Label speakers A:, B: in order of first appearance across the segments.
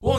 A: 我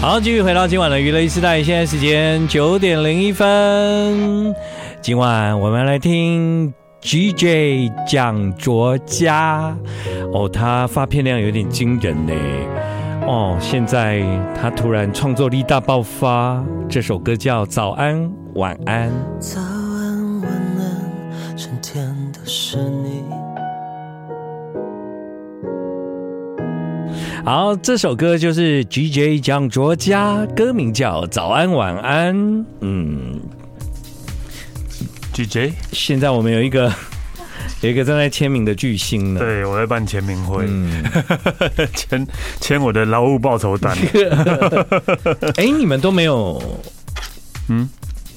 B: 好，继续回到今晚的娱乐一时代，现在时间九点零一分。今晚我们来听 GJ 蒋卓佳，哦，他发片量有点惊人呢。哦，现在他突然创作力大爆发，这首歌叫《早安晚安》。
C: 早安，晚安，春天的是你。
B: 好，这首歌就是 GJ 蒋卓佳，歌名叫《早安晚安》。嗯，
D: G J，
B: 现在我们有一个有一个正在签名的巨星呢。
D: 对我在办签名会，
B: 嗯，
D: 签签我的劳务报 酬单。
B: 哎、你们都没有，嗯
D: 嗯，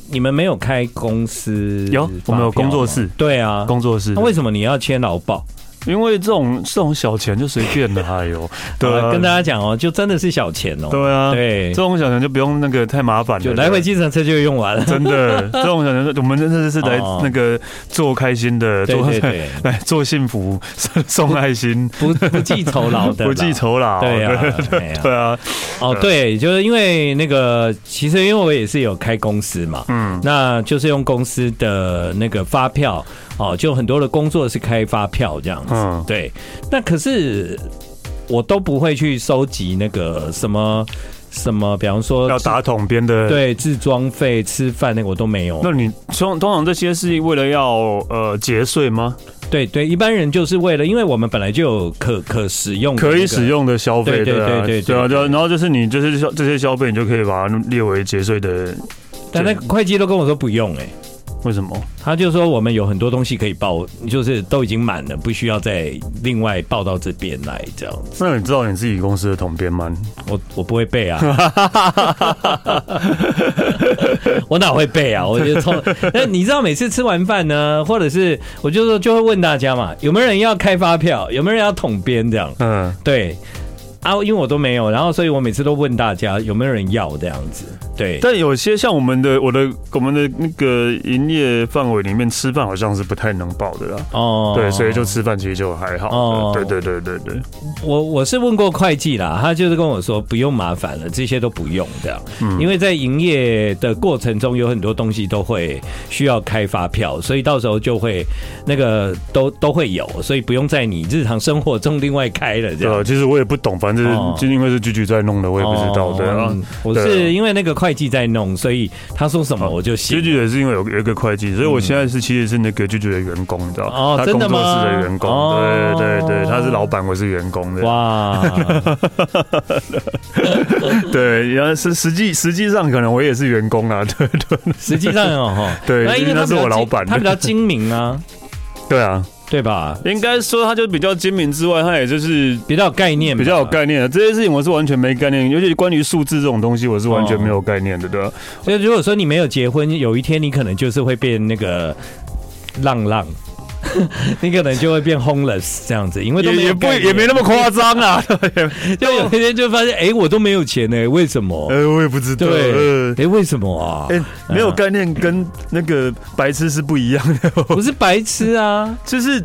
B: 你们没有开公司？
D: 有我们有工作室。
B: 对啊，
D: 工作室
B: 那，为什么你要签劳保？
D: 因为这种这种小钱就随便的，哎呦，对
B: 好
D: 啊，
B: 了跟大家讲哦，就真的是小钱哦。
D: 对啊，
B: 对
D: 这，种小钱就不用那个太麻烦了，
B: 就来回计程车就用完了。
D: 真的，这种小人，我们真的是来
B: 哦
D: 那个做开心的，
B: 对
D: 做
B: 对对，
D: 来做幸福， 送爱心，
B: 不不计酬劳的啦，
D: 不计酬劳。
B: 对啊 哎呀
D: 对啊，
B: 哦，对，就是因为那个，其实因为我也是有开公司嘛，嗯，那就是用公司的那个发票，哦，就很多的工作是开发票这样子，
D: 嗯
B: 对。那可是我都不会去收集那个什么什么，比方说
D: 要打桶边的。，
B: 对自装费、吃饭那个我都没有。
D: 那你通通常这些是为了要呃节税吗？
B: 对对，一般人就是为了，因为我们本来就有可可使用的那个、
D: 可以使用的消费，
B: 嗯对对
D: 啊
B: 对对对
D: 对啊，对啊。然后就是你就是消这些消费，你就可以把它列为节税的。
B: 但那个会计都跟我说不用哎、欸
D: 为什么？
B: 他就说我们有很多东西可以报，就是都已经满了，不需要再另外报到这边来这样。
D: 那你知道你自己公司的统编吗？
B: 我我不会背啊， 我哪会背啊？我就从那你知道每次吃完饭呢，或者是我就说就会问大家嘛，有没有人要开发票？有没有人要统编这样？
D: 嗯，
B: 对啊，因为我都没有，然后所以我每次都问大家有没有人要这样子。对，
D: 但有些像我们的我的我们的那个营业范围里面，吃饭好像是不太能报的啦。
B: 哦
D: 对，所以就吃饭其实就还好。
B: 哦
D: 对对对对对，
B: 我我是问过会计啦，他就是跟我说不用麻烦了，这些都不用这样，
D: 嗯
B: 因为在营业的过程中有很多东西都会需要开发票，所以到时候就会那个都都会有，所以不用在你日常生活中另外开了这
D: 对
B: 样。
D: 啊，其实我也不懂，反正
B: 哦
D: 就是就因为是居居在弄的，我也不知道。对啊
B: 嗯，我
D: 对
B: 是
D: 啊哦
B: 因为那个会计在弄，所以他说什么我就
D: 居
B: 信。
D: 居也是因为有有一个会计，所以我现在是其实是那个居居的员工，你知道？
B: 哦
D: 他
B: 真
D: 工
B: 的
D: 作
B: 吗
D: 室的员工，
B: 哦
D: 对对对，他是老板，我是员工的。
B: 哇，
D: 对，然后实实际实际上可能我也是员工啊， 对对
B: 实际上哦，吼
D: 对
B: 那因为
D: 实际上
B: 他
D: 是
B: 比较
D: 我老
B: 精
D: 板
B: 他比较精明啊，
D: 对啊，
B: 对吧？
D: 应该说他就比较精明之外，他也就是
B: 比较有概念嘛，
D: 比较有概念的。这些事情我是完全没概念，尤其关于数字这种东西，我是完全没有概念的，对吧、
B: 所以如果说你没有结婚，有一天你可能就是会变那个浪浪， 你可能就会变 homeless 这样子，因为都
D: 也
B: 没
D: 也
B: 有
D: 不
B: 概念
D: 也没那么夸张 啊，对
B: 就有一天就发现，哎、我都没有钱呢、为什么？
D: 呃，我也不知道，
B: 对，
D: 呃
B: 哎、，为什么啊？
D: 哎、没有概念跟那个白痴是不一样 的，
B: 不是白痴啊，
D: 就是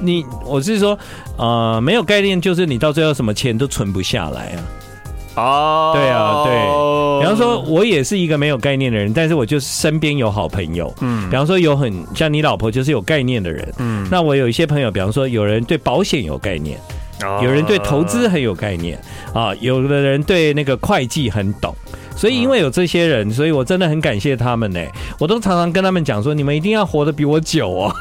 B: 你我是说，呃，没有概念，就是你到最后什么钱都存不下来啊。
D: 啊
B: 对啊
D: 哦
B: 对比方说，，我也是一个没有概念的人，但是我就身边有好朋友，
D: 嗯
B: 比方说有很像你老婆就是有概念的人，
D: 嗯
B: 那我有一些朋友，比方说有人对保险有概念。有人对投资很有概念啊，有的人对那个会计很懂。所以因为有这些人，所以我真的很感谢他们呢、我都常常 跟他们讲说，你们一定要活得比我久哦，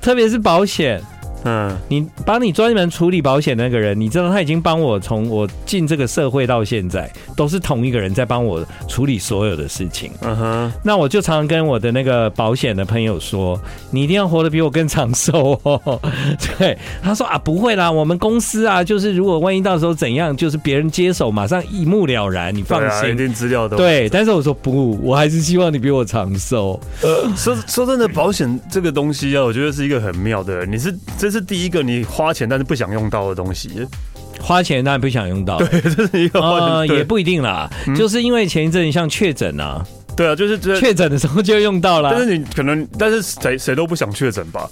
B: 特别是保险。
D: 嗯，
B: 你帮你专门处理保险那个人，你知道他已经帮我从我进这个社会到现在，都是同一个人在帮我处理所有的事情。
D: 嗯哼，
B: 那我就常常跟我的那个保险的朋友说，你一定要活得比我更长寿哦。 对，他说啊，不会啦，我们公司啊，就是如果万一到时候怎样，就是别人接手，马上一目了然，你放
D: 对啊，一
B: 心。
D: 定资料都。
B: 对，但是我说不，我还是希望你比我长寿。
D: 说说真的，保险这个东西啊，我觉得是一个很妙的。你是这是第一个你花钱但是不想用到的东西，
B: 花钱当然不想用 到，
D: 这是一个花钱、
B: 呃，
D: 对
B: 也不一定啦，
D: 嗯
B: 就是因为前一阵像确诊啊，
D: 对啊，就是这。
B: 确诊的时候就用到
D: 但
B: 了。啊
D: 是你可能，但是谁谁都不想确诊吧？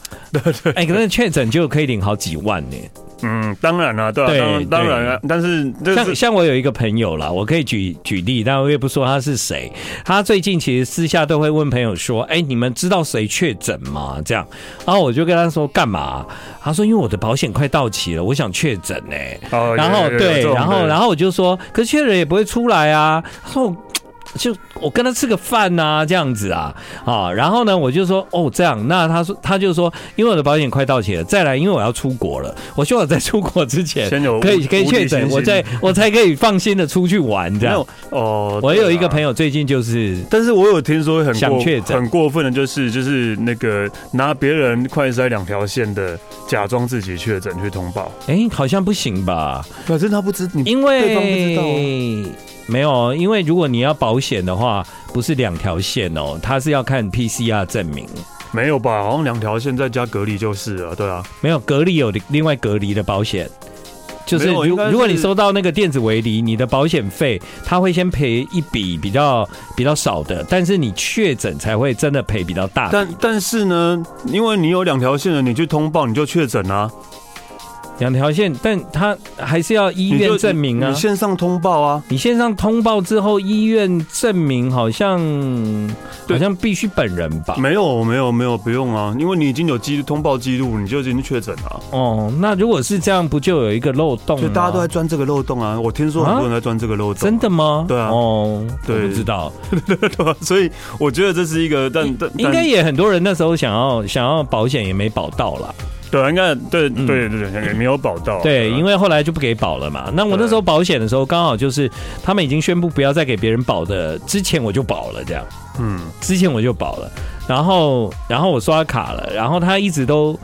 B: 哎，可能确诊就可以领好几万呢、
D: 嗯，当然啦，对啊，
B: 对
D: 当然当然啊，但是这
B: 像
D: 是
B: 像我有一个朋友啦，我可以举举例，但我也不说他是谁。他最近其实私下都会问朋友说：“哎、你们知道谁确诊吗？”这样，然后我就跟他说：“干嘛？”他说：“因为我的保险快到期了，我想确诊呢。”
D: 哦
B: 然后对，然后然
D: 后
B: 后我就说：“可是确诊也不会出来啊。”他说我：“就我跟他吃个饭呐、这样子啊，啊。”然后呢，我就说：“哦，这样。”那他说他就说：“因为我的保险快到期了，再来，因为我要出国了，我希望我在出国之前
D: 先有
B: 可以可以确诊，我再
D: 在
B: 我才可以放心的出去玩这
D: 没
B: 样
D: 有。哦，
B: 我有一个
D: 友。
B: 朋友最近就是
D: 但是我有听说很
B: 想
D: 过
B: 确诊
D: 很过分的，就是就是那个拿别人快筛两条线的，假装自己确诊去通报，
B: 哎、好像不行吧？
D: 反正他不知你
B: 因
D: 对方不知道啊
B: 为没有，因为如果你要保险的话，不是两条线哦，它是要看 PCR 证明。
D: 没有吧？好像两条线再加隔离就是了，对啊，
B: 没有隔离有另外隔离的保险，就是
D: 没有应
B: 如
D: 该是
B: 如果你收到那个电子围篱，你的保险费他会先赔一笔比较比较少的，但是你确诊才会真的赔比较大。
D: 但但是呢，因为你有两条线了，你去通报你就确诊啊，
B: 两条线，但他还是要医
D: 你
B: 院
D: 就
B: 证明啊
D: 你。线上通报啊，
B: 你线上通报之后，医院证明好像
D: 对
B: 好像必须本人吧？
D: 没有没有没有不用啊，因为你已经有记录通报记录，你就已经确诊了啊，
B: 哦，那如果是这样，不就有一个漏洞
D: 所
B: 吗？
D: 以大家都在钻这个漏洞啊，我听说很多人在钻这个漏洞，
B: 嗯真的吗？
D: 对啊
B: 哦，我
D: 对
B: 不知道，
D: 的， 所以我觉得这是一个，但但
B: 应该也很多人那时候想要想要保险也没保到啦。
D: 对，应该对对对对，也没有保到啊。
B: 嗯对，因
D: 为
B: 为后来就不给保了嘛。那我那时候保险的时候，刚好就是他们已经宣布不要再给别人保的之前，我就保了，这样
D: 嗯，
B: 之前我就保了。然后，然后我刷卡了，然后他一直都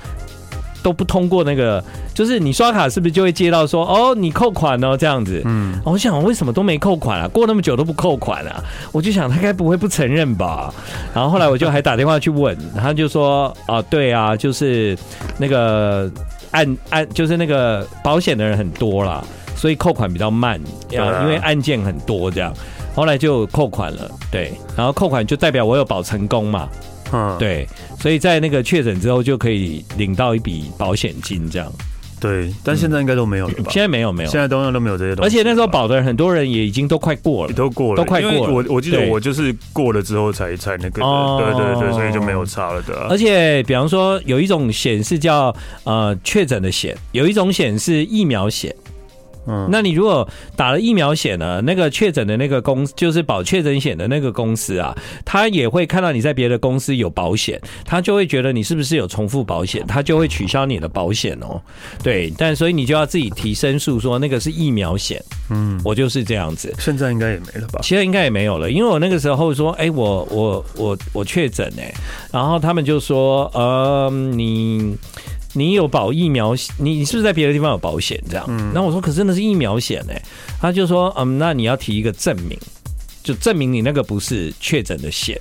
B: 都不通过那个，就是你刷卡是不是就会接到说哦，你扣款哦这样子。
D: 嗯，
B: 我想为什么都没扣款啊？过那么久都不扣款啊？我就想他该不会不承认吧？然后后来我就还打电话去问，他就说啊，对啊，就是那个按按就是那个保险的人很多啦，所以扣款比较慢，
D: 啊
B: 啊、因为案件很多这样。后来就扣款了，对，然后扣款就代表我有保成功嘛，
D: 嗯，对
B: 对，所以在那个确诊之后就可以领到一笔保险金这样。
D: 对，但现在应该都没有了吧？
B: 现在没有没有
D: 现，在都都没有这些东西，
B: 而且那时候保的人很多人也已经都快过了。
D: 都过了，
B: 都快过了
D: 因为我我记得
B: 对
D: 我就是过了之后才才那个
B: 哦
D: 的，对对对，所以就没有差了的啊。
B: 而且，比方说有一种险是叫呃确诊的险，有一种险是疫苗险。
D: 嗯，
B: 那你如果打了疫苗险呢，那个确诊的那个公就是保确诊险的那个公司啊，他也会看到你在别的公司有保险，他就会觉得你是不是有重复保险，他就会取消你的保险哦。对，但所以你就要自己提申诉说那个是疫苗险。嗯，我就是这样子。
D: 现在应该也没了吧？
B: 其实应该也没有了，因为我那个时候说，哎、我我我我确诊哎，然后他们就说，呃，你你有保疫苗，你你是不是在别的地方有保险这样？嗯，然后我说，可是那是疫苗险哎，他就说，嗯，那你要提一个证明，就证明你那个不是确诊的险，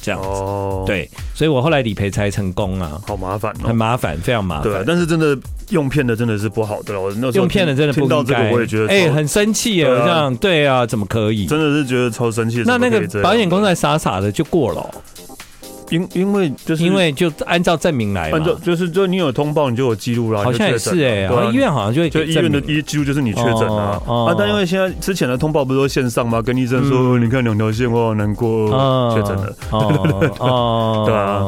B: 这样子。
D: 哦，，
B: 对，所以我后来理赔才成功啊，
D: 好麻烦
B: 很
D: 哦。
B: 麻烦，非常麻烦。
D: 对啊，但是真的用骗的真的是不好的了。我那时候听
B: 用骗的真的不
D: 听到
B: 应
D: 这
B: 该，
D: 个我也觉得
B: 哎、
D: 超
B: 很生气耶！
D: 对啊
B: 我这样，对啊，怎么可以？
D: 真的是觉得超生气的。
B: 那那
D: 怎么可
B: 个
D: 以这样
B: 保险公司还傻傻的就过了哦、
D: 因因为就是
B: 因为就按照证明来嘛
D: 按照就是就你有通报你就有记录啦，
B: 好像也
D: 你就确
B: 是
D: 诊了
B: 哎、
D: 对啊
B: 好像医院好像就会
D: 就
B: 给
D: 医院的
B: 证明
D: 医记录就是你确诊啊、
B: 哦哦
D: 啊！但因为现在之前的通报不是都线上吗？跟医生说，你看两条线，我好难过，
B: 嗯
D: 确诊了。
B: 哦哦
D: 对啊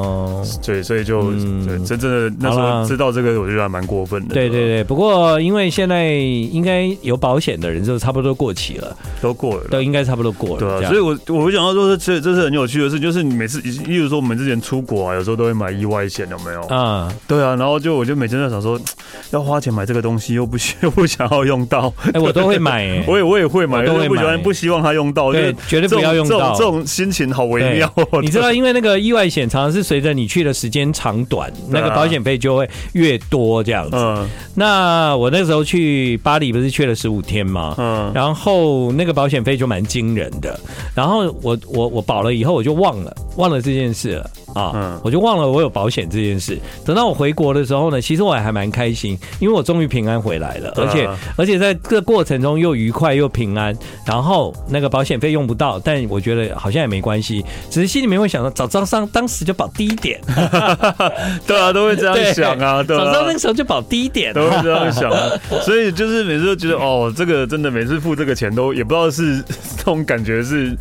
D: 对，所以就、
B: 嗯
D: 对，真正的那时
B: 好啦
D: 候知道这个，我觉得还蛮过分 的。
B: 对对，对，不过因为现在应该有保险的人就差不多过期了，
D: 都过了啦。
B: 都应该差不多过了。
D: 对
B: 这
D: 啊，
B: 样
D: 所以我我想要说，这这是很有趣的事，就是你每次，例如说我们们之前出国啊，有时候都会买意外险，有没有？
B: 嗯，
D: 对啊，然后就我就每天在想说，要花钱买这个东西，又不需又不想要用到，
B: 哎，我都会买，哎
D: 我也我也会买，
B: 我都会
D: 因为不喜欢
B: 买
D: 不希望它用到，
B: 对
D: 就是
B: 绝对不
D: 这种
B: 要用
D: 这种
B: 到
D: 这种心情好微
B: 对
D: 妙 哦。
B: 你知道，因为那个意外险常常是随着你去的时间长短，那
D: 对啊
B: 个保险费就会越多这样子。
D: 嗯
B: 那我那时候去巴黎不是去了十五天吗？
D: 嗯
B: 然后那个保险费就蛮惊人的，然后我我我保了以后我就忘了忘了这件事了啊，
D: 嗯
B: 我就忘了我有保险这件事。等到我回国的时候呢，其实我还蛮开心，因为我终于平安回来了，
D: 对
B: 而
D: 啊
B: 且而且在这个过程中又愉快又平安。然后那个保险费用不到，但我觉得好像也没关系，只是心里面会想到，早知道上当时就保低一点，
D: 对啊，都会这样想啊，对
B: 早知道那
D: 啊
B: 个。时候就保低一点啊，
D: 都会这样想啊， 所以就是每次都觉得哦，这个真的每次付这个钱都也不知道是 这种感觉是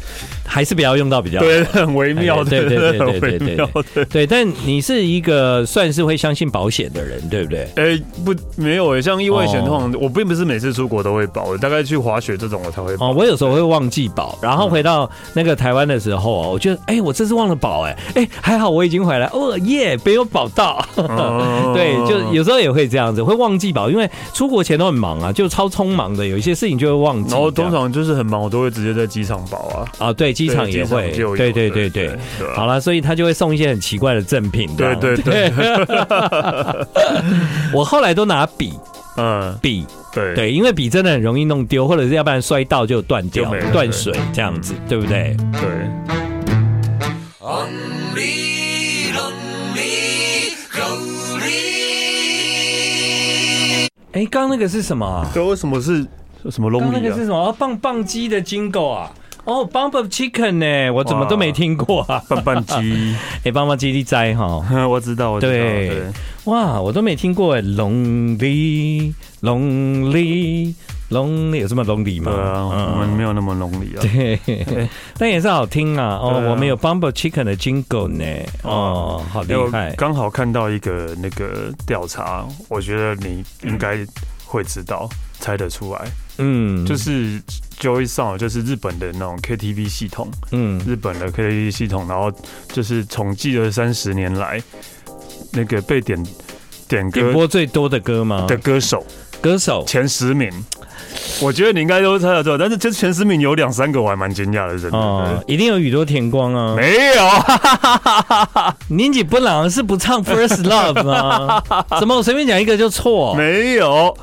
B: 还是不要用到比较好。
D: 对很微妙，
B: 啊哎对对对对
D: 很微
B: 对对
D: 妙。对，
B: 对，但你是一个算是会相信保险的人，对不对？
D: 哎，不没有哎，像意外险
B: 哦
D: 通常我并不是每次出国都会保，大概去滑雪这种我才会保。
B: 哦，我有时候会忘记保，然后回到那个台湾的时候啊，我觉得，哎、我这次忘了保、哎，哎，还好我已经回来，哦耶，没有保到。
D: 哦
B: 对，就有时候也会这样子，会忘记保，因为出国前都很忙啊，就超匆忙的，有一些事情就会忘记这样。
D: 然后通常就是很忙，我都会直接在机场保啊，
B: 啊，对，机场也会，
D: 机场就有
B: 对对对
D: 对
B: 对
D: 对对，啊
B: 好了，所以他就会送一些很奇怪的赠品。这
D: 对
B: 样
D: 对，对，
B: 我后来都拿笔
D: 嗯，
B: 笔
D: 对
B: 对，因为笔真的很容易弄丢，或者是要不然摔到就断掉
D: 就没、了
B: 断水这样子，对不对？
D: 对。
B: 哎，刚刚那个是什么啊？
D: 对，为什么是什么
B: 刚
D: lonely
B: 刚那个
D: 啊？
B: 是什么？哦棒棒鸡的金狗啊！哦，Bump of Chicken 呢？我怎么都没听过啊！
D: 拌拌鸡，
B: 哎，棒棒鸡的斋哈，
D: 我知道，我知道，
B: 对嗯
D: 对，
B: 哇，我都没听过哎，Lonely Lonely Lonely 有这么 Lonely 吗？
D: 对啊，我们
B: 嗯
D: 没有那么 lonely 啊。
B: 对，但也是好听啊！哦，
D: 对啊
B: 我们有 Bump of Chicken 的金狗呢，哦，好厉
D: 我
B: 害！
D: 刚好看到一个那个调查，我觉得你应该会知道，猜得出来，
B: 嗯，
D: 就是 Joy Sound，就是日本的那种 KTV 系统，
B: 嗯，
D: 日本的 KTV 系统，然后就是统计了三十年来那个被点点
B: 点
D: 歌
B: 播最多的歌吗？
D: 的歌手
B: 歌手
D: 前十名。我觉得你应该都猜得到，但是这前十名有两三个我还蛮惊讶的，真的。
B: 哦，一定有宇多田光啊。
D: 嗯没有，
B: 年纪不朗是不唱 First Love 吗？怎么我随便讲一个就错？
D: 没 有，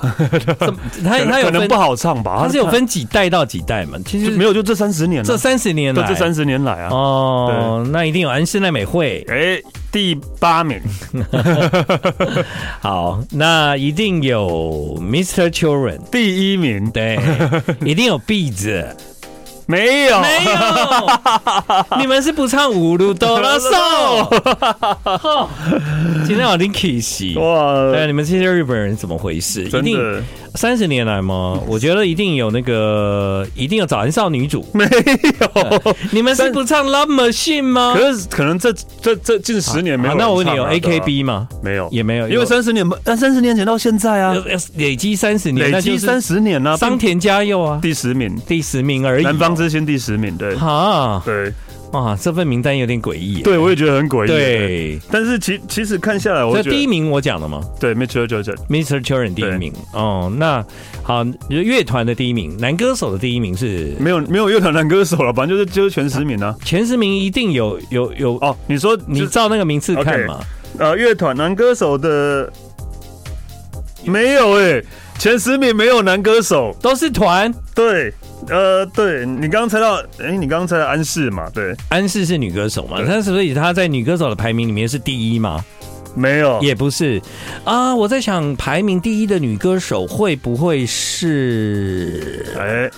B: 怎么他
D: 可能
B: 哦他有
D: 可能
B: 分
D: 不，好唱吧？
B: 他是有分几代到几代嘛？其
D: 就
B: 实
D: 没有，就这三十年了，
B: 这三十年
D: 就
B: 来，
D: 这三十年来啊。
B: 哦，那一定有安室奈美惠。
D: 哎，第 八名，
B: 好，那一定有 Mr. Children。
D: 第一名，
B: 对， 一定有壁纸，
D: 没有，
B: 没有， 你们是不唱《五路哆啦嗦》？哦今天好听 k i s 对，啊
D: 哇，
B: 你们这些日本人怎么回事？一
D: 呃真
B: 定
D: 的
B: 三十年来吗？我觉得一定有那个，一定有早安少女组。
D: 没有。
B: 你们是不唱 Love Machine 吗？
D: 可是可能这这这近十年没有
B: 好
D: 人唱啊。
B: 那我问你，有哦
D: 对吧
B: AKB 吗？
D: 没有？
B: 也没有，
D: 因为三十年，但三十年前到现在啊
B: 有，有累积三十年，
D: 累积三
B: 十，
D: 十年啊，
B: 桑田佳佑啊，
D: 第十名，
B: 第十名而已。
D: 南方之星第十名，对
B: 哈
D: 对
B: 哇，这份名单有点诡异。
D: 对，我也觉得很诡异。，
B: 对，
D: 但是其其实看下来，我
B: 所以
D: 觉得
B: 第一名我讲了吗
D: 对 Mitchell j o j o
B: ？Mr. Children 第一名哦，那好，乐团的第一名，男歌手的第一名是
D: 没有没有乐团男歌手了，反正就是就是前十名啊。
B: 前十名，一定有有有，
D: 哦，你说
B: 你
D: 你
B: 照那个名次看
D: OK
B: 嘛。
D: 呃乐团男歌手的没有哎、前十名没有男歌手。
B: 都是团，
D: 对，呃，对你刚刚猜到，哎、你刚刚猜到安室嘛？对，
B: 安室是女歌手嘛，
D: 对
B: 但是所以她在女歌手的排名里面是第一嘛，
D: 没有，
B: 也不是啊。我在想，排名第一的女歌手会不会是？
D: 哎、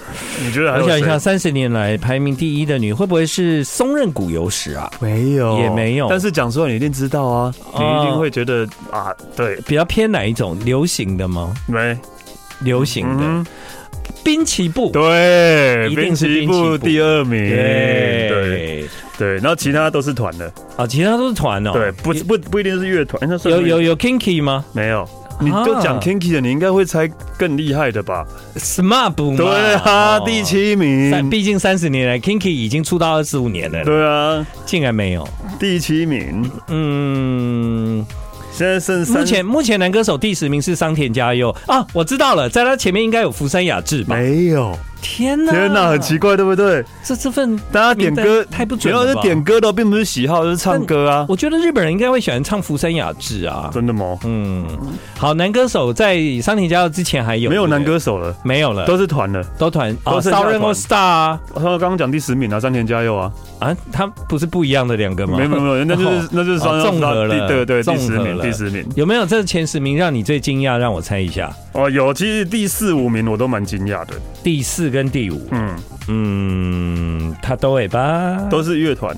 D: 你觉得还
B: 我
D: 有
B: 想一下，
D: 谁？
B: 三十年来排名第一的女会不会是松任谷由实啊？
D: 没有
B: 也没有
D: 但是讲出来你一定知道啊，你一定会觉得啊，对，
B: 比较偏哪一种？流行的吗？
D: 没，
B: 流行的，
D: 嗯，
B: 滨崎步。
D: 对，
B: 一定是滨崎步
D: 步第二名，对
B: 对，
D: 对，然后其他都是团的，
B: 啊，其他都是团哦。
D: 对，不不不一定是乐团，那算
B: 有
D: 是
B: 有有 Kinky 吗？
D: 没有？你就讲
B: 啊
D: Kinky 的，你应该会猜更厉害的吧？
B: SMAP 嘛
D: 对啊，
B: 哦
D: 第七
B: 但
D: 名，
B: 毕竟三十年来，Kinky 已经出道二十五年了，
D: 对啊，
B: 竟然没有。
D: 第七名，
B: 嗯，
D: 现在剩三，
B: 目前目前男歌手第十名是桑田佳佑啊，我知道了，在他前面应该有福山雅治吧？
D: 没有，
B: 天哪，
D: 天哪，很奇怪，对不对？
B: 这这份
D: 大家点
B: 名
D: 歌
B: 单太不准
D: 主要
B: 了
D: 是
B: 吧？
D: 点歌的，并不是喜好，就是唱歌啊。
B: 我觉得日本人应该会喜欢唱福山雅治啊。
D: 真的吗？
B: 嗯，好，男歌手在桑田佳佑之前还有
D: 没有
B: 对不对
D: 男歌手了，
B: 没有了，都
D: 都是团了。
B: 都团啊，
D: 都剩下
B: 骚人
D: 团
B: All Star 啊
D: 他刚刚讲第十名啊，山田佳佑啊，
B: 啊，他不是不一样的两个吗？
D: 没有没有没 有，那就
B: 哦
D: 是那就是山
B: 哦
D: 田
B: 综合了
D: 第对对
B: 综
D: 第
B: 合
D: 十名
B: 了
D: 第十名
B: 有没有这前十名让你最惊讶？让我猜一下，
D: 哦，有其实第四五名我都蛮惊讶的，
B: 第四跟第五，
D: 嗯，
B: 嗯，他都尾巴，
D: 都是乐团，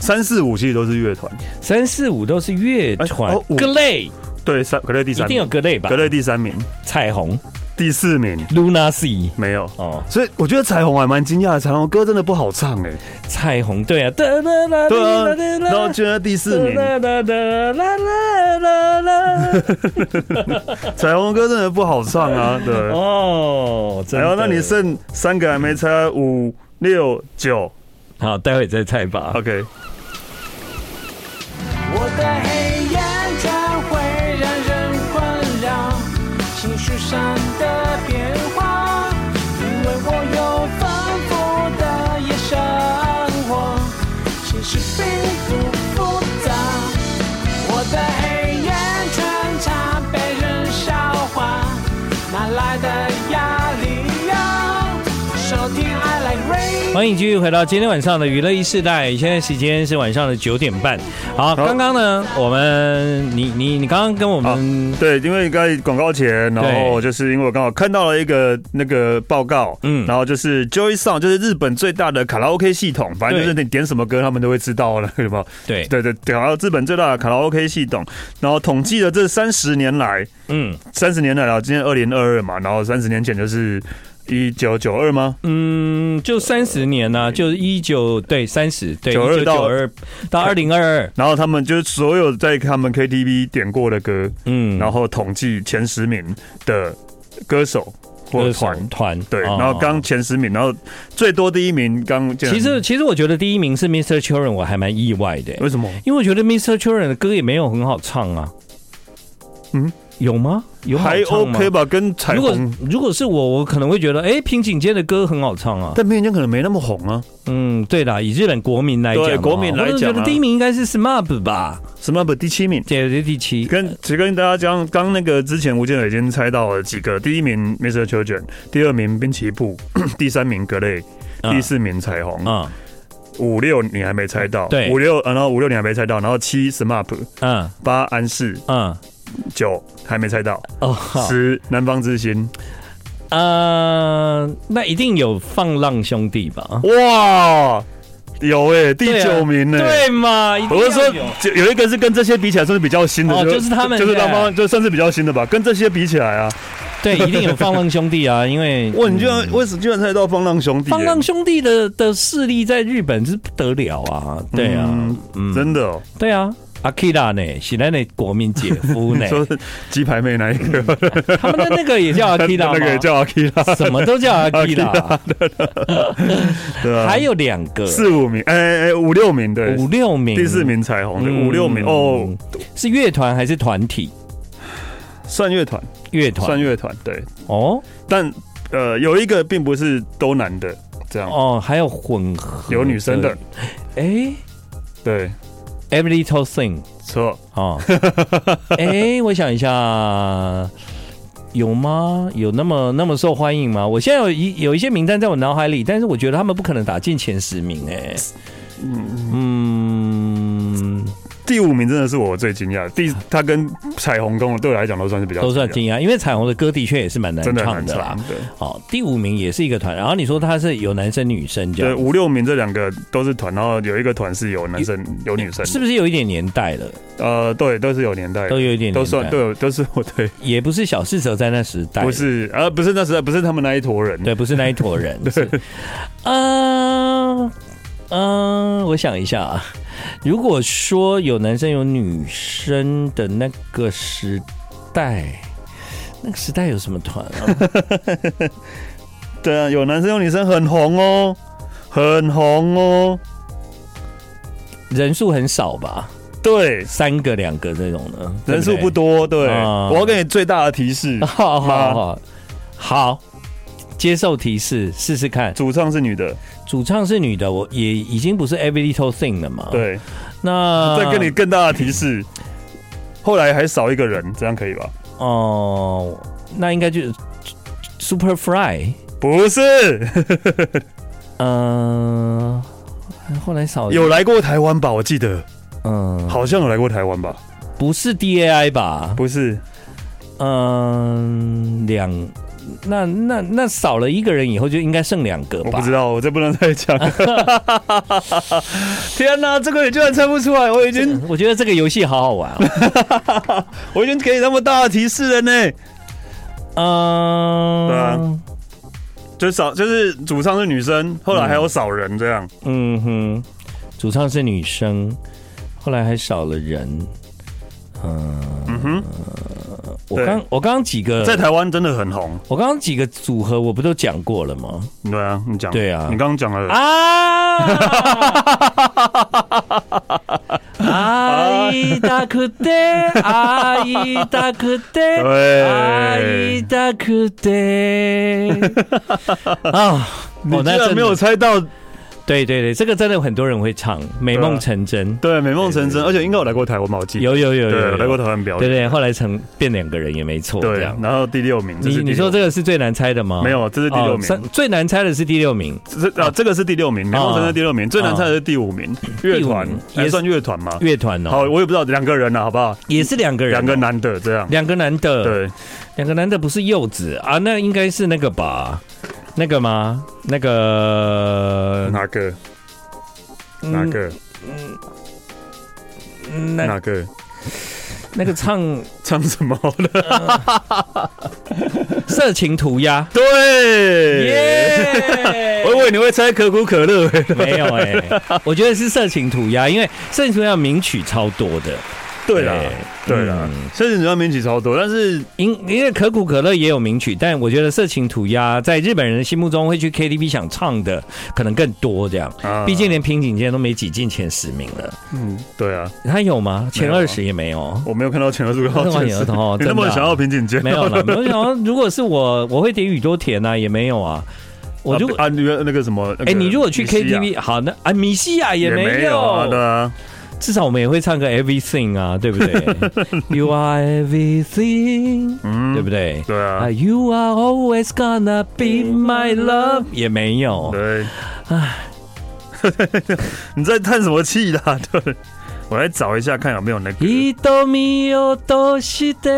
D: 三四五其实都是乐团，
B: 三四五都是乐团
D: 哎哦，五
B: 格类
D: 对三格雷第
B: 一
D: 三
B: 定有
D: 名，
B: 格类吧
D: 格？雷第三名，
B: 彩虹
D: 第四名
B: Luna C
D: 没有。
B: 哦，
D: 所以我觉得彩虹还蛮惊讶的，彩虹歌真的不好唱哎、
B: 彩虹对啊，对
D: 对啊，
B: 啊
D: 然后居然第四名， 彩虹歌真的不好唱啊，对。
B: 哦，真的
D: 然后那你剩三个还没猜，五六九
B: 好，待会再猜吧。
D: ，OK，
A: 我的黑眼圈会让人困扰，情绪上的变化，因为我有丰富的夜生活，其实并不复杂。我的黑眼圈常被人笑话，哪来的压力呀？收听 I Like Radio。
B: 欢迎继续回到今天晚上的娱乐一世代，现在时间是晚上的九点半。好，刚刚呢，我们你你你刚刚跟我们
D: 对，因为刚才广告前，然后就是因为我刚好看到了一个那个报告，
B: 嗯
D: 嗯，然后就是 Joy Sound，就是日本最大的卡拉 OK 系统，反正就是你点什么歌，他们都会知道了，有没有？
B: 对
D: 对对，对然后日本最大的卡拉 OK 系统，然后统计了这三十年来，
B: 嗯
D: 三十年来啊了，今天二零二二嘛，然后三十年前就是一九九二吗？
B: 嗯，就三十年呢、就一九对三十对
D: 92到
B: 二到二零二二，
D: 然后他们就是所有在他们 KTV 点过的歌，
B: 嗯，
D: 然后统计前十名的歌手或
B: 就是
D: 团。
B: 团
D: 对，
B: 哦
D: 然后刚前十名，然后最多第一名刚进来。
B: 其实其实我觉得第一名是 Mr. Children，我还蛮意外的，
D: 为什么？
B: 因为我觉得 Mr. Children 的歌也没有很好唱啊。
D: 嗯，
B: 有吗？有好
D: 还
B: 唱吗
D: OK 吧，跟彩
B: 如果
D: 虹，
B: 如果是我，我可能会觉得，哎、平井坚的歌很好唱啊。
D: 但平间可能没那么红啊。
B: 嗯，对啦，以日本国民来讲嘛，
D: 对国民来讲啊
B: 我觉得第一名应该是 SMAP 吧，
D: SMAP 第七名，
B: 这是第七。
D: 跟只跟大家讲，刚那个之前吴建磊已经猜到了几个，第一名 Mr. Children，第二名滨崎步， 第三名格雷，
B: 嗯
D: 第四名彩虹，
B: 嗯
D: 五六你还没猜到，
B: 对
D: 五六，呃然后五六你还没猜到，然后七 SMAP，
B: 嗯
D: 八安室，
B: 嗯，
D: 九还没猜到，
B: 哦，好，
D: 十南方之星，
B: 呃，那一定有放浪兄弟吧？
D: 哇，有哎、第九名呢、
B: 对嘛？一定要
D: 我是说
B: 有，
D: 就有一个是跟这些比起来算是比较新的，
B: 哦就是他们
D: 就是
B: 对
D: 南方，就算是比较新的吧。跟这些比起来啊，
B: 对，一定有放浪兄弟 啊，因为
D: 哇，你居然
B: 嗯
D: 为什么居然猜到放浪兄弟耶？欸
B: 放浪兄弟的的势力在日本是不得了啊，对啊，嗯，
D: 真的哦，
B: 对啊。阿 Kira 呢，是咱的国民姐夫呢
D: 你， 说是鸡排妹那一个，
B: 他们的那个也 叫 阿 Kira
D: 那个也
B: 吗？
D: 叫阿 K 啦，
B: 什么都叫阿 Kira，
D: 对啊，
B: 还有两个，
D: 四五名，哎哎哎，五六名对，
B: 五六名，嗯
D: 第四名彩虹对，五六名哦，
B: 是乐团还是团体？
D: 算乐团，
B: 乐团
D: 算乐团对，
B: 哦
D: 但呃有一个并不是都男的这样，
B: 哦，还有混合
D: 有女生的，
B: 哎
D: 对，
B: ，Every Little Thing
D: 错，
B: 哦，哎，我想一下。有吗？有那么那么受欢迎吗？我现在有一有一些名单在我脑海里，但是我觉得他们不可能打进前十名哎、嗯，
D: 第五名真的是我最惊讶的，第他跟彩虹跟我对我来讲都算是比较
B: 都算
D: 惊
B: 惊讶，因为彩虹的歌的确也是蛮难
D: 讶，真的
B: 唱
D: 很
B: 的啦
D: 长。，对
B: 好，第五名也是一个团，然后你说他是有男生女生这
D: 对，
B: 样，
D: 五六名这两个都是团，然后有一个团是有男生有女生，
B: 是不是有一点年代了？
D: 呃，对，都是有年代的，
B: 都有一点年代
D: 都算对，都是我对，
B: 也不是小四蛇在那时 代，
D: 不，是呃，不是那时代，不是他们那一坨人，
B: 对，不是那一坨 人，是，嗯嗯，我想一下啊，如果说有男生有女生的那个时代，那个时代有什么团 啊？
D: 对啊，有男生有女生很红哦，很红哦。
B: 人数很少吧，
D: 对，
B: 三个两个这种的，
D: 人数不
B: 多。
D: 多。对，
B: 啊，
D: 我要给你最大的提示
B: 啊好好
D: 啊
B: 好，好，接受提示，试试看。
D: 主唱是女的。
B: 主唱是女的，我也已经不是 Every Little Thing 了嘛。，
D: 对，
B: 那
D: 再给你更大的提示，后来还少一个人，这样可以吧？
B: 哦、那应该就是 Superfly，
D: 不是，
B: 嗯、后来少
D: 有来过台湾吧？我记得
B: 嗯、
D: 好像有来过台湾吧？
B: 不是 DAI 吧？
D: 不是，
B: 嗯、两那那那少了一个人以后就应该剩两个
D: 我
B: 吧？
D: 不知道，我这不能再 讲。天哪、这个你居然猜不出来，我已经
B: 我觉得这个游戏好好玩、 哦。
D: 我已经给你那么大的提示了呢。
B: 嗯、
D: 对啊就少就是主唱是女生，后来还有少人这样。
B: 嗯哼，主唱是女生，后来还少了人。
D: 嗯哼，
B: 我
D: 对
B: 刚我刚刚几个
D: 在台湾真的很红。
B: 我刚刚几个组合我不都讲过了吗？
D: 对啊，你讲
B: 对啊
D: 你刚刚讲了。
B: 啊！阿姨大可得，阿姨大可得，阿姨
D: 对，
B: 大可得。 啊！
D: 你
B: 哦
D: 居
B: 那真
D: 然
B: 的
D: 没有猜到，
B: 对对对，这个真的很多人会唱《美梦成真》
D: 对，啊美梦成真，而且应该有来过台湾吧？我记得
B: 有有有有
D: 对，
B: 有
D: 来过台湾表
B: 对
D: 演。
B: 对，后来成变两个人也没错，
D: 对
B: 这样，。
D: 然后第六名，这
B: 你
D: 是第
B: 你
D: 六
B: 说这个是最难猜的吗？
D: 没有，这是第六
B: 哦三
D: 名，
B: 最难猜的是第六名，
D: 这是啊，这个是第六名，美梦
B: 哦
D: 成真第六名，最难猜的是第五名，乐团
B: 名也
D: 还
B: 是
D: 算乐团吗？
B: 乐团
D: 好，
B: 哦，
D: 我也不知道两个人了，啊好不好？
B: 也是两个人哦，
D: 两个男的这样，
B: 两个男的，，
D: 对，
B: 两个男的不是柚子啊，那应该是那个吧？那个吗？那个
D: 哪个
B: 嗯
D: 哪个
B: 那
D: 哪个
B: 那个唱《
D: 唱 什么的？》
B: 色情涂鸦
D: 对，
B: 耶
D: 我以为你会猜可口可乐，欸
B: 没有哎、我觉得是色情涂鸦，因为色情涂鸦名曲超多的，
D: 对啦，对啦
B: 嗯，
D: 甚至你要名气超多，但是
B: 因因为可口可乐也有名曲，但我觉得色情涂鸦在日本人的心目中会去 KTV 想唱的可能更多，这样。
D: 啊
B: 毕竟连平井健都没挤进前十名了，
D: 嗯，对啊，
B: 他有吗？前
D: 没有啊
B: 二十也没有。
D: 我没有看到全额入高
B: 那么有哦
D: 你
B: 真的
D: 那么
B: 啊
D: 想要平井健？
B: 没有了，没有想到，如果是我，我会点宇多田呐、啊，也没有啊。我如果
D: 啊，啊你那个什么，哎
B: 哎、你如果去 KTV，好那啊，米西亚也没有，
D: 啊对啊，
B: 至少我们也会唱个 Everything 啊，对不 对？You are everything，、
D: 嗯，
B: 对不对？
D: 对啊
B: 啊。You are always gonna be my love，也没有。
D: 对， 你在叹什么气啦？对，我来找一下看有没有那个
B: 一斗米有斗西的，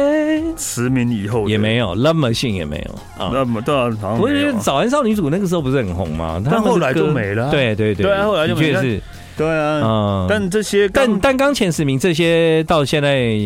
D: 十名以后的
B: 也没有，Love Machine 也没有啊。
D: 那么对啊，好像
B: 我
D: 没
B: 觉
D: 有
B: 得
D: 啊
B: 早安少女组那个时候不是很红吗？他
D: 但
B: 们的
D: 后来就
B: 歌
D: 没了啊
B: 对对对，
D: 对啊后来就
B: 的确
D: 没了
B: 是，
D: 对啊，
B: 嗯，
D: 但这些
B: 但
D: 但
B: 但刚前十名这些到现在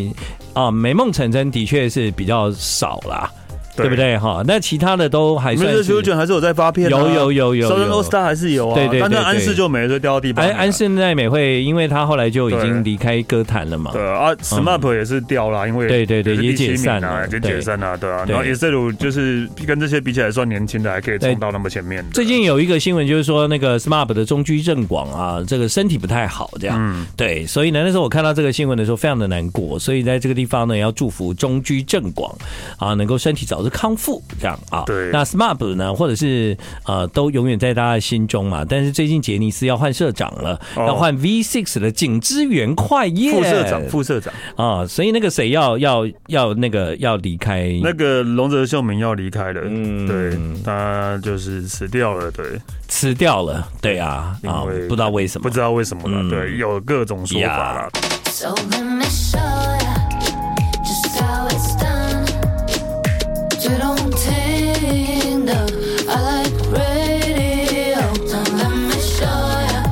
B: 啊，美梦成真的确是比较少啦，对
D: 对
B: 不对哈？那其他的都还
D: 你们
B: 算
D: 的
B: 是
D: 球权还是有在发片啊，
B: 有有有有有
D: s o u t h e r n All Star 还是有啊，
B: 对对对
D: 但是安
B: 对
D: 室就没了，所以掉到第八名
B: 安
D: 啊。
B: 安室奈美惠，因为她后来就已
D: 对
B: 经离开歌坛了嘛。
D: 对啊，SMAP 也是掉啦，因为
B: 对对对
D: 是第七名
B: 也解散
D: 啊，
B: 了
D: 也解散了，对啊。
B: 对
D: 然后 e s e 就是跟这些比起来算年轻的，还可以冲到那么前面。
B: 最近有一个新闻，就是说那个 SMAP 的中居正广啊，这个身体不太好，这样。
D: 嗯
B: 对，所以呢，那时候我看到这个新闻的时候，非常的难过。所以在这个地方呢，也要祝福中居正广啊，能够身体早日康复，这样啊。
D: 对
B: 那 SMAP 呢，或者是呃，都永远在大家的心中嘛。但是最近杰尼斯要换社长了，
D: 哦
B: 要换 V6 的景之源快耶
D: 副社长，副社长，
B: 啊，所以那个谁要要要那个要离开
D: 那个龙泽秀明要离开了，
B: 嗯
D: 对，他就是死掉了，对，
B: 辞掉了，对啊啊
D: 因为，
B: 不知道为什么，
D: 不知道为什么
B: 嗯
D: 了，对，有各种说法啦。
E: So let me show ya just how it's done. You don't think that I like radio. So let me show ya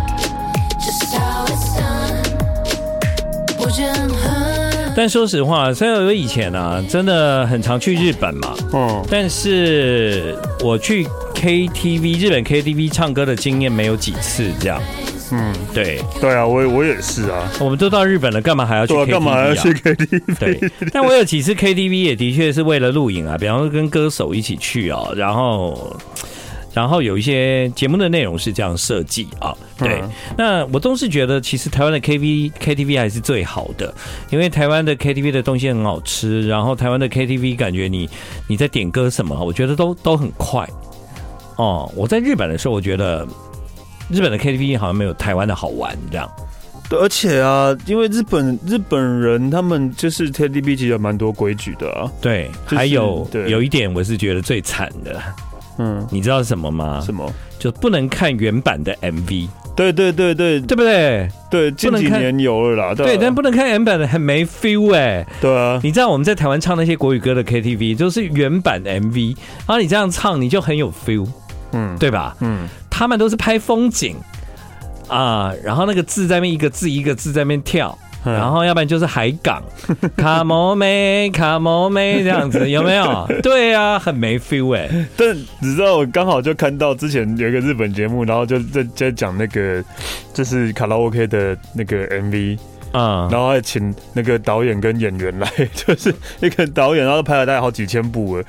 E: just how it's done. 不见恨。
B: 但说实话，虽然我以前啊，真的很常去日本嘛，
D: 嗯，
B: 但是我去 KTV 日本 KTV 唱歌的经验没有几次这样。
D: 嗯，
B: 对，
D: 对啊，我我也是啊，
B: 我们都到日本了，干嘛还要去
D: 对啊，
B: KTV 啊？
D: 干嘛要去 KTV？
B: 对，但我有几次 KTV 也的确是为了录影啊，比方说跟歌手一起去哦，然后。然后有一些节目的内容是这样设计啊，对。
D: 嗯
B: 那我总是觉得，其实台湾的 KV KTV 还是最好的，因为台湾的 KTV 的东西很好吃，然后台湾的 KTV 感觉你你在点歌什么，我觉得都都很快。哦，我在日本的时候，我觉得日本的 KTV 好像没有台湾的好玩，这样。
D: 对，而且啊，因为日本日本人他们就是 KTV 其实有蛮多规矩的啊，
B: 对，
D: 就是
B: 还有
D: 对
B: 有一点我是觉得最惨的，
D: 嗯，
B: 你知道是什么吗？
D: 什么？
B: 就不能看原版的 MV，
D: 对对对对
B: 对不对？
D: 对，近
B: 能
D: 几
B: 看
D: 年有了啦，
B: 对，
D: 啊
B: 但不能看原版的很没 feel 哎、
D: 对啊，
B: 你知道我们在台湾唱那些国语歌的 KTV，就是原版的 MV，然后你这样唱你就很有 feel，
D: 嗯
B: 对吧？
D: 嗯，
B: 他们都是拍风景啊，然后那个字在那边一个字一个字在那边跳。
D: 嗯
B: 然后，要不然就是海 港，卡摩妹，卡摩妹这样子，有没有？对啊，很没 feel 哎、
D: 但你知道我刚好就看到之前有一个日本节目，然后就在在讲那个就是卡拉 OK 的那个 MV，
B: 啊、
D: 然后还请那个导演跟演员来， 就是一个导演，然后拍了大概好几千部了。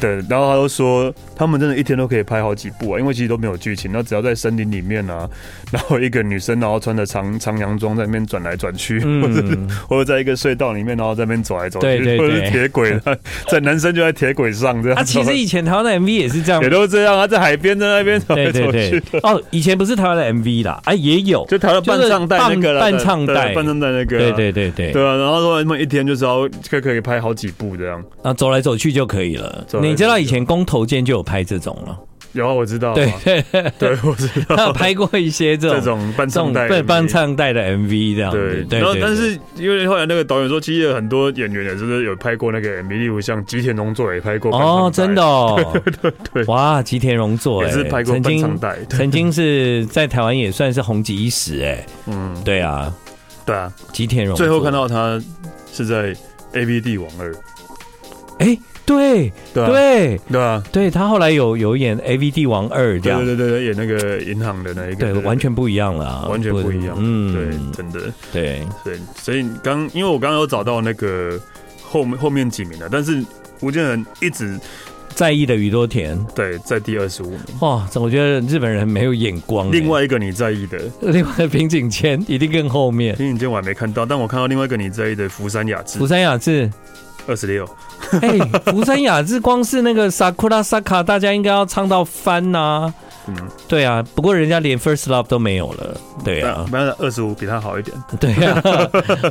D: 对，然后他就说，他们真的一天都可以拍好几部啊，因为其实都没有剧情，那只要在森林里面啊，然后一个女生，然后穿着长长洋装在那边转来转去，或者是
B: 嗯，
D: 或者在一个隧道里面，然后在那边走来走去，
B: 对对对
D: 或者是铁轨，啊在男生就在铁轨上这样。
B: 啊，其实以前台湾的 MV 也是这样
D: 也都这样啊，在海边在那边走来
B: 对
D: 走
B: 对
D: 去
B: 对
D: 的，，
B: 哦，以前不是台湾的 MV 啦，啊也有，
D: 就台湾半唱带那个啦
B: 就是半半唱带
D: 对半唱带那个啊，
B: 对对对对，
D: 对啊，然后说他们一天就知道可可以拍好几部这样。
B: 啊走来走去就可以了
D: 走。来走去
B: 你知道以前公投间就有拍这种了，
D: 有啊，我知道啊，
B: 对，
D: 对， 我知
B: 他有
D: 道。
B: 拍过一些这
D: 这
B: 种
D: 种半
B: 这种
D: 唱带，
B: 对半。唱带的 MV 这样
D: 对
B: 子，，对
D: 然后
B: 对
D: 但
B: 对
D: 是因为后来那个导演说，其实有很多演员也就是有拍过那个 MV，例如像吉田荣作也拍过半唱带
B: 哦，真的，哦，
D: 对
B: 哇，吉田荣作
D: 也
B: 哎，
D: 是拍过
B: 曾
D: 半唱
B: 经
D: 带，对
B: 曾经是在台湾也算是红极一时哎，
D: 嗯，
B: 对啊，
D: 对啊。
B: 吉田荣作
D: 最后看到他是在 A B 帝王二，
B: 哎，对
D: 对啊
B: 对
D: 对啊，
B: 对，他后来有有演《A V 帝王二》这
D: 对
B: 样
D: 对，对对对，演那个银行的那一
B: 对，
D: 个，
B: 完全不一样了啊，
D: 完全不一样，
B: 嗯
D: 对，，真的，
B: 对，
D: 对，所以你刚因为我刚刚有找到那个后面后面几名的，但是吴建仁一直
B: 在意的宇多田，
D: 对在第二十五名。
B: 哇，这我觉得日本人没有眼光欸。
D: 另外一个你在意的，
B: 另外平井谦一定更后面，
D: 因为你今天我还没看到，但我看到另外一个你在意的福山雅治
B: 福山雅治，
D: 二十六，
B: 哎，福山雅治光是那个 Sakura Saka，大家应该要唱到翻呐。
D: 嗯，
B: 对啊，不过人家连 First Love 都没有了，对啊，
D: 没有二十五比他好一点，
B: 对啊，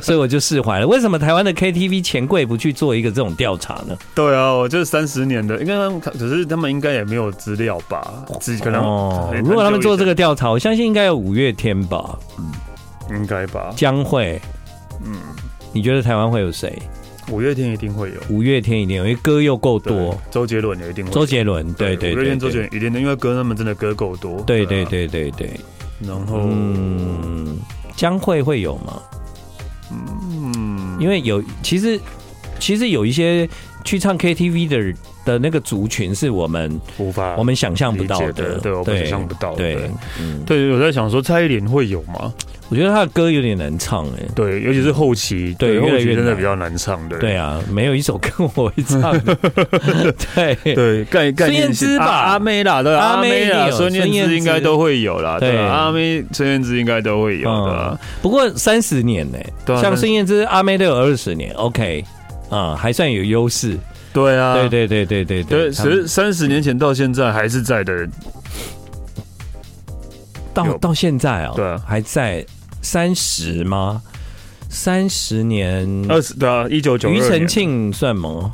B: 所以我就释怀了。为什么台湾的 KTV 钱柜不去做一个这种调查呢？
D: 对啊，我就是三十年的，应该他们可是他们应该也没有资料吧，只可能哎
B: 哦，如果他们做这个调查，我相信应该有五月天吧，
D: 应该吧，
B: 将会，
D: 嗯，
B: 你觉得台湾会有谁？
D: 五月天一定会有，
B: 五月天一定有，因为歌又够
D: 对
B: 多。
D: 周杰伦也一定会有，
B: 周杰伦，对对
D: 五月
B: 对，
D: 天周杰
B: 对
D: 伦一定的，因为歌他们真的歌够多，
B: 对对
D: 啊，
B: 对对对，
D: 然后
B: 嗯，将会会有吗？
D: 嗯，
B: 因为有，其实其实有一些去唱 KTV 的的那个族群是我们
D: 无法
B: 我们想象不
D: 啊理
B: 到
D: 解
B: 的，
D: 对，我们想象不到的。
B: 对，嗯，
D: 对，我在想说蔡依林会有吗？
B: 我觉得他的歌有点难唱哎，
D: 对，尤其是后期，
B: 对
D: 后
B: 越来
D: 期
B: 越
D: 真的
B: 难
D: 比较难唱的。
B: 对啊，没有一首歌我会唱 的，对。
D: 对，概概
B: 孙燕
D: 念
B: 姿
D: 是
B: 吧
D: 啊阿妹啦，对，
B: 阿
D: 阿
B: 妹
D: 妹
B: 一定
D: 啦，
B: 有
D: 孙燕
B: 孙燕姿
D: 姿应该都会有啦，对
B: 对嗯
D: 吧，阿妹、孙燕姿应该都会有的。
B: 不过三十年呢、
D: 对啊
B: 像
D: 但是
B: 孙燕姿、阿妹都有二十年，OK，啊、还算有优势。
D: 对啊，
B: 对对对对对
D: 对，
B: 他们
D: 十三十年前到现在还是在的，
B: 到
D: 有
B: 到现在哦，
D: 对啊
B: 还在三十吗？三十年，
D: 二十对啊，一九九二
B: 嗯庾
D: 年。
B: 澄庆算吗？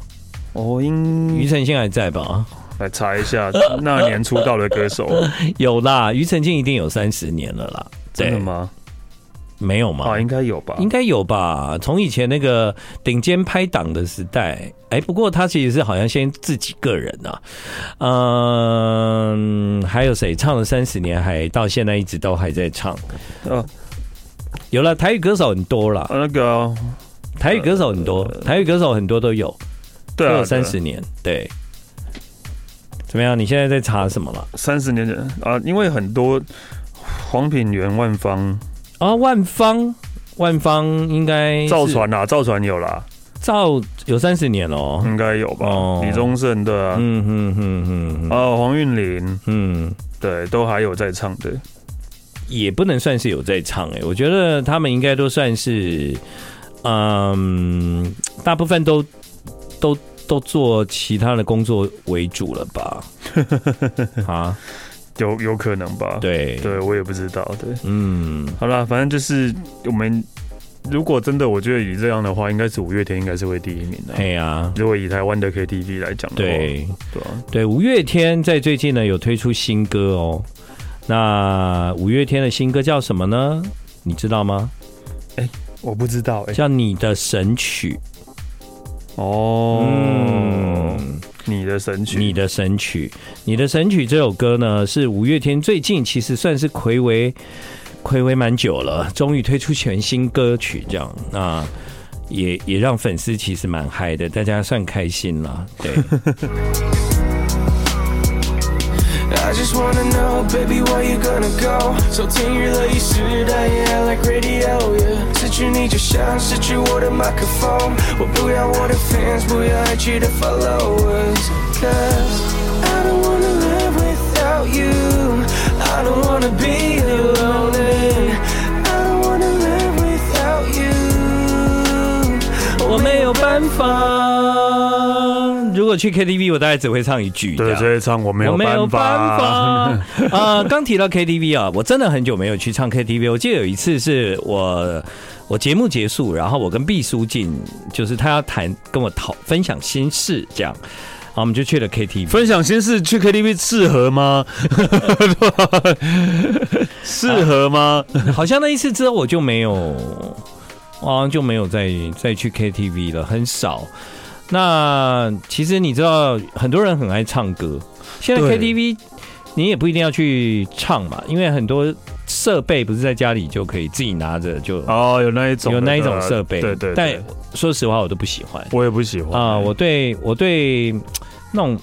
D: 哦，应
B: 庾澄庆还在吧？
D: 来查一下那年出道的 歌手，
B: 有啦，庾澄庆一定有三十年了啦。
D: 真的
B: 对？
D: 吗？
B: 没有吗
D: 啊，？应该有吧，
B: 应该有吧，从以前那个顶尖拍档的时代，哎，不过他其实是好像先自己个人啊，嗯，还有谁唱了三十年，还到现在一直都还在唱，
D: 啊，
B: 有了台语歌手很多啦，
D: 那个啊
B: 台语歌手很多，台语歌手很多都有，
D: 呃对
B: 都
D: 啊，
B: 有三十年，对。怎么样？你现在在查什么了？
D: 三十年前啊，因为很多黄品源、万方、
B: 啊，万方，万方应该是
D: 造船啦，造船有啦，
B: 造有三十年了哦。
D: 应该有
B: 哦
D: 吧？李宗盛对啊，
B: 嗯嗯嗯嗯嗯
D: 哦，黄韵玲
B: 嗯，
D: 对，都还有在唱的。
B: 也不能算是有在唱哎、我觉得他们应该都算是，嗯，大部分都都都做其他的工作为主了 吧？啊，
D: 有有可能吧？，
B: 对，
D: 对我也不知道。对，
B: 嗯，
D: 好啦，反正就是我们如果真的，我觉得以这样的话，应该是五月天应该是会第一名的、
B: 嘿呀、
D: 如果以台湾的 KTV 来讲的话，
B: 对
D: 对啊，
B: 对，五月天在最近呢有推出新歌哦。那五月天的新歌叫什么呢？你知道吗？
D: 我不知道哎、
B: 叫《你的神曲》。
D: 哦，
B: 嗯，
D: 你的神曲，
B: 你的神曲，你的神曲这首歌呢，是五月天最近其实算是暌违暌违蛮久了，终于推出全新歌曲这样，那也也让粉丝其实蛮嗨的，大家算开心了。对，
A: I just wanna know, baby, where you gonna go？收听娱乐一时代，I like radio。Yeah，失去你就像失去我的麦克风，我不要我的 fans，不要爱去的 followers。Cause I don't wanna live without you. I don't wanna be alone. and I don't wanna live without you.
B: 我没有办法。如果去 KTV，我大概只会唱一句这
D: 对，
B: 样。
D: 这一唱我没有
B: 我没有
D: 办
B: 办
D: 法，
B: 法。 呃，刚提到 KTV 啊，我真的很久没有去唱 KTV。我记得有一次是我我节目结束，然后我跟毕书尽，就是他要谈跟我讨分享心事这样，然后我们就去了 KTV。
D: 分享心事去 KTV 适 合吗？适合吗？
B: 好像那一次之后我就没有，我好像就没有再再去 KTV 了，很少。那其实你知道，很多人很爱唱歌，现在
D: 对
B: KTV 你也不一定要去唱嘛，因为很多设备不是在家里就可以自己拿着就。
D: 哦，有那一种的，
B: 啊有那一种设备，
D: 对对对
B: 但，说实话，我都不喜欢
D: 我也不喜欢
B: 啊、我对我对嗯那种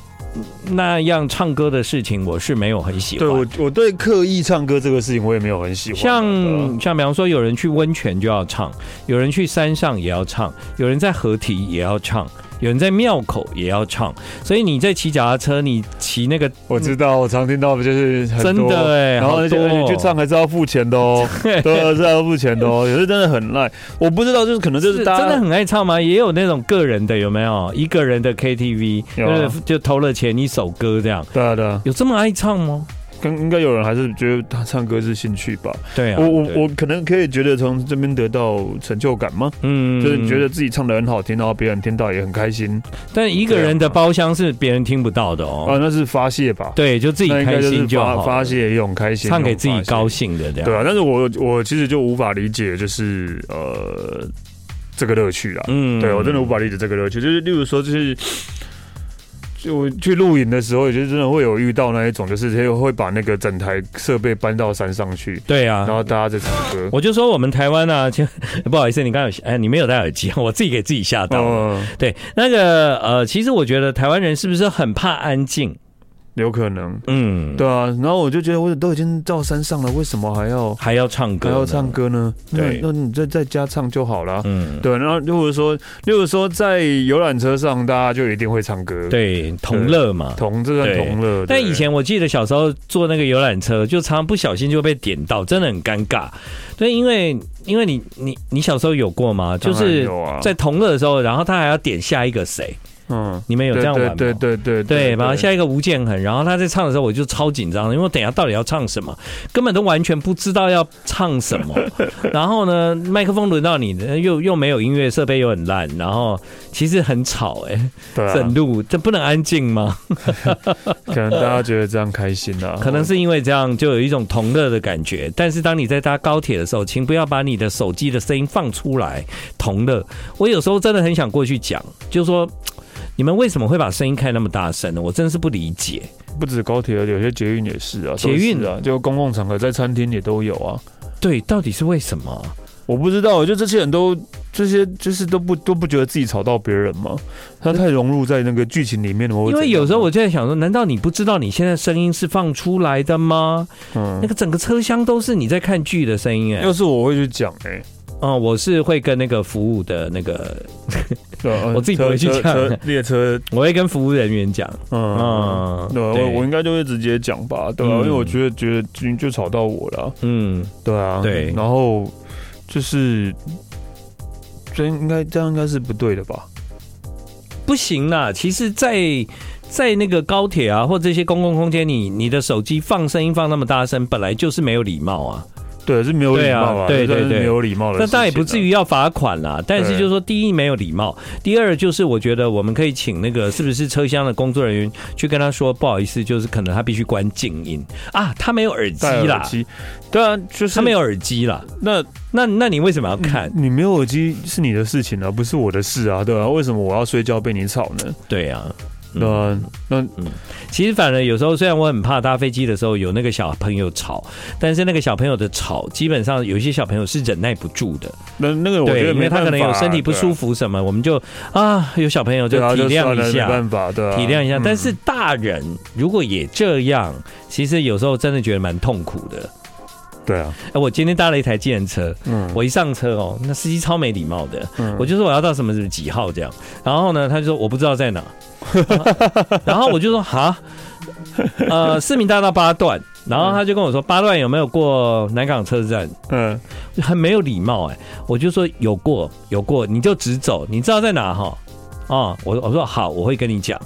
B: 那样唱歌的事情，我是没有很喜欢。
D: 对我我对刻意唱歌这个事情我也没有很喜欢，对啊
B: 像像比方说，有人去温泉就要唱，有人去山上也要唱，有人在河堤也要唱，有人在庙口也要唱。所以你在骑脚踏车，你骑那个
D: 我知道，我常听到的就是很
B: 真
D: 多
B: 的哎
D: 然后
B: 好
D: 而且
B: 多
D: 而
B: 哦
D: 且去唱还是要付钱 的哦，对啊，是要付钱的哦，有些真的很赖，我不知道，就是可能就是
B: 是
D: 大
B: 真的
D: 家
B: 很爱唱吗？也有那种个人的，有没有？一个人的 KTV，
D: 有啊
B: 就是就投了钱一首歌这样，
D: 对啊对啊，
B: 有这么爱唱吗？
D: 跟应该有人还是觉得他唱歌是兴趣吧，
B: 对啊，
D: 我我
B: 对
D: 我可能可以觉得从这边得到成就感吗？
B: 嗯
D: 就是你觉得，自己唱的很好听，然后别人听到也很开心
B: 但一个人的包厢是别人听不到的
D: 啊，
B: 哦。
D: 那是发泄吧？
B: 对，就自己
D: 那应该
B: 开
D: 就是
B: 心就
D: 发
B: 好，
D: 发泄一种开心，
B: 唱给自
D: 一
B: 己
D: 种发泄
B: 高兴的这样。
D: 对啊，但是我我其实就无法理解，就是呃这个乐趣啦。
B: 嗯
D: 对我真的无法理解这个乐趣，就是例如说就是。就我去露营的时候，也就是真的会有遇到那一种，就是会会把那个整台设备搬到山上去，
B: 对啊
D: 然，后大家在唱歌。
B: 我就说我们台湾啊，就 不好意思，你刚刚有哎，你没有戴耳机， 我自己给自己吓到了。
D: 嗯，
B: 对，那个呃，其实我觉得台湾人是不是很怕安静？
D: 有可能，
B: 嗯，
D: 对啊。然后我就觉得，我都已经到山上了，为什么还要
B: 还要唱歌，
D: 还要唱，歌呢？
B: 对
D: 那那你在在家唱就好啦。
B: 嗯，
D: 对，然后如果说，例如说在游览车上，大家就一定会唱歌。
B: 对，同乐嘛。
D: 同这算同乐。
B: 但
D: 对
B: 以前我记得小时候坐那个游览车，就常常不小心就被点到，真的很尴尬。对，因为因为你你你小时候有过吗？就
D: 当然
B: 是
D: 有啊
B: 在同乐的时候，然后他还要点下一个谁？
D: 嗯，
B: 你们有这样玩吗？
D: 对对对对
B: 对，然后下一个吴建衡，然后他在唱的时候，我就超紧张的，因为我等一下到底要唱什么， 根本都完全不知道要唱什 么。然后呢，麦克风轮到你，呃又又没有音乐设备，又很烂，然后其实很吵、
D: 对
B: 哎、
D: 啊
B: 整路这不能安静吗？
D: 可能大家觉得这样开心啊，
B: 可能是因为这样，就有一种同乐的感觉。但是当你在搭高铁的时候，请不要把你的手机的声音放出来同乐。我有时候真的很想过去讲，就说你们为什么会把声音开那么大声呢？我真是不理解。
D: 不止高铁，有些捷运也是啊，
B: 捷运
D: 都是啊，就公共场合在餐厅也都有啊。
B: 对，到底是为什么？
D: 我不知道，就这些人都这些就是都不都不觉得自己吵到别人吗？他太融入在那个剧情里面了。我会
B: 因为
D: 怎样啊
B: 有时候我就在想说，难道你不知道你现在声音是放出来的吗？那
D: 嗯，
B: 个整个车厢都是你在看剧的声音哎、
D: 要是我会去讲哎，
B: 嗯，我是会跟那个服务的那个，
D: 对 啊
B: 我自己不会去
D: 车
B: 讲
D: 车车列车，
B: 我会跟服务人员讲。
D: 嗯，
B: 嗯，
D: 对啊，我我应该就会直接讲吧，对啊，
B: 嗯
D: 因为我觉得觉得就就吵到我了。
B: 嗯，
D: 对啊，
B: 对
D: 然后就是这应该这样应该是不对的吧？
B: 不行啦。其实在，在那个高铁啊，或这些公共空间，你你的手机放声音放那么大声，本来就是没有礼貌啊。
D: 对，是没有礼貌啊，
B: 对啊对
D: 这
B: 对
D: 是
B: 对
D: 没有礼貌的事情啊。
B: 那当然也不至于要罚款啦，但是
D: 对
B: 就是说，第一没有礼貌，第二就是我觉得我们可以请那个是不是车厢的工作人员去跟他说，不好意思，就是可能他必须关静音啊，他没有耳机
D: 戴耳
B: 啦，
D: 机，对啊，就是
B: 他没有耳机啦。
D: 那嗯
B: 那那你为什么要看？
D: 你没有耳机是你的事情啊，不是我的事啊，对啊，为什么我要睡觉被你吵呢？
B: 对啊，嗯
D: 对啊，那
B: 其实反而有时候虽然我很怕搭飞机的时候有那个小朋友吵，但是那个小朋友的吵，基本上有一些小朋友是忍耐不住的，
D: 那那个我觉
B: 对，
D: 得
B: 因
D: 没
B: 为他
D: 办法啊
B: 可能有身体不舒
D: 服，
B: 服什么，我们就啊有小朋友就
D: 对啊，
B: 体
D: 就
B: 谅
D: 算了
B: 一
D: 没
B: 下。
D: 办法，对啊，
B: 体谅一下，
D: 嗯
B: 但是大人如果也这样，其实有时候真的觉得蛮痛苦的。
D: 对啊，
B: 哎，我今天搭了一台计程车，
D: 嗯，
B: 我一上车哦，那司机超没礼貌的，
D: 嗯
B: 我就说我要到什么什么几号这样，然后呢，他就说我不知道 在哪，然后我就说哈，呃，市民大道八段，然后他就跟我说八段有没有过南港车站，
D: 嗯，
B: 很没有礼貌哎、我就说有过有过，你就直走，你知道在哪哈？哦，我我说好，我会跟你讲，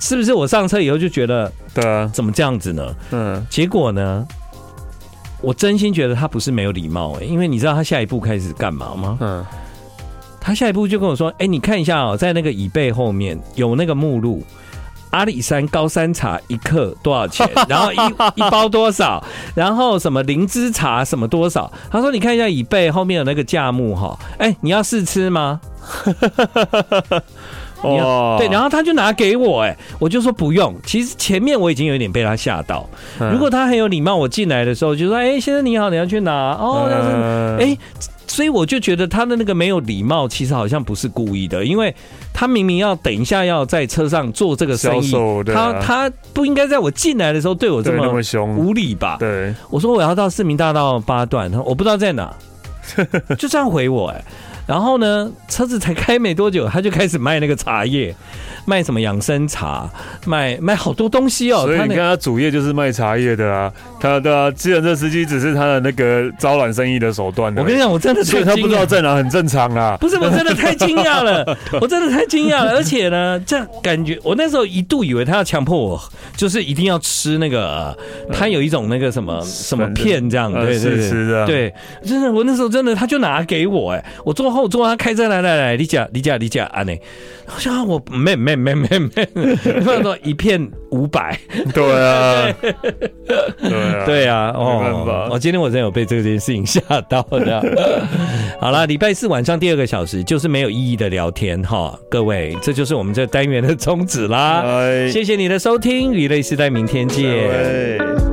B: 是不是？我上车以后就觉得
D: 对啊，
B: 怎么这样子呢？
D: 嗯，
B: 结果呢，我真心觉得他不是没有礼貌哎、因为你知道他下一步开始干嘛吗？
D: 嗯，
B: 他下一步就跟我说：“哎、你看一下哦，在那个椅背后面有那个目录，阿里山高山茶一克多少钱？ 然后一一包多少？然后什么灵芝茶什么多少？”他说：“你看一下椅背后面有那个价目哈，哎、你要试吃吗？”你要
D: 哦，
B: 对，然后他就拿给我、哎，我就说不用。其实前面我已经有点被他吓到。
D: 嗯
B: 如果他很有礼貌，我进来的时候就说：“哎、先生你好，你要去哪？”哦，那是
D: 嗯
B: 哎、所以我就觉得他的那个没有礼貌，其实好像不是故意的，因为他明明要等一下要在车上做这个生
D: 销
B: 意，
D: 售对啊
B: 他他不应该在我进来的时候对我这
D: 对那
B: 么
D: 么凶，
B: 无礼吧？
D: 对，
B: 我说我要到市民大道八段，他说我不知道在 哪，就这样回我哎、然后呢，车子才开没多久，他就开始卖那个茶叶，卖什么养生茶，卖卖好多东西哦。
D: 所以
B: 他
D: 你
B: 那
D: 看
B: 个
D: 他主业就是卖茶叶的啊，他的啊，计程车司机只是他的那个招揽生意的手段而已。
B: 我跟你讲，我真的
D: 所以
B: 太
D: 他
B: 惊
D: 不知
B: 讶
D: 道在哪很正常啊啦。
B: 不是，我真的太惊讶了，我真的太惊讶了，而且呢，这样感觉我那时候一度以为他要强迫我，就是一定要吃那个，呃他有一种那个什么什么片这样，
D: 呃
B: 对对
D: 试吃这
B: 对，
D: 样
B: 对，真的，我那时候真的他就拿给我，哎，我坐后座，他开车来来来，你讲你讲你讲啊内，我想啊我没没没没没， 他说一片五百，
D: 对 啊，对啊，
B: 对啊，
D: 没办法
B: 哦，我今天我真有被这件事情吓到的。 好啦，礼拜四晚上第二个小时就是没有意义的聊天哈，各位，这就是我们这单元的宗旨啦。
D: 哎
B: 谢谢你的收听，娱乐时代，明天见。
D: 对。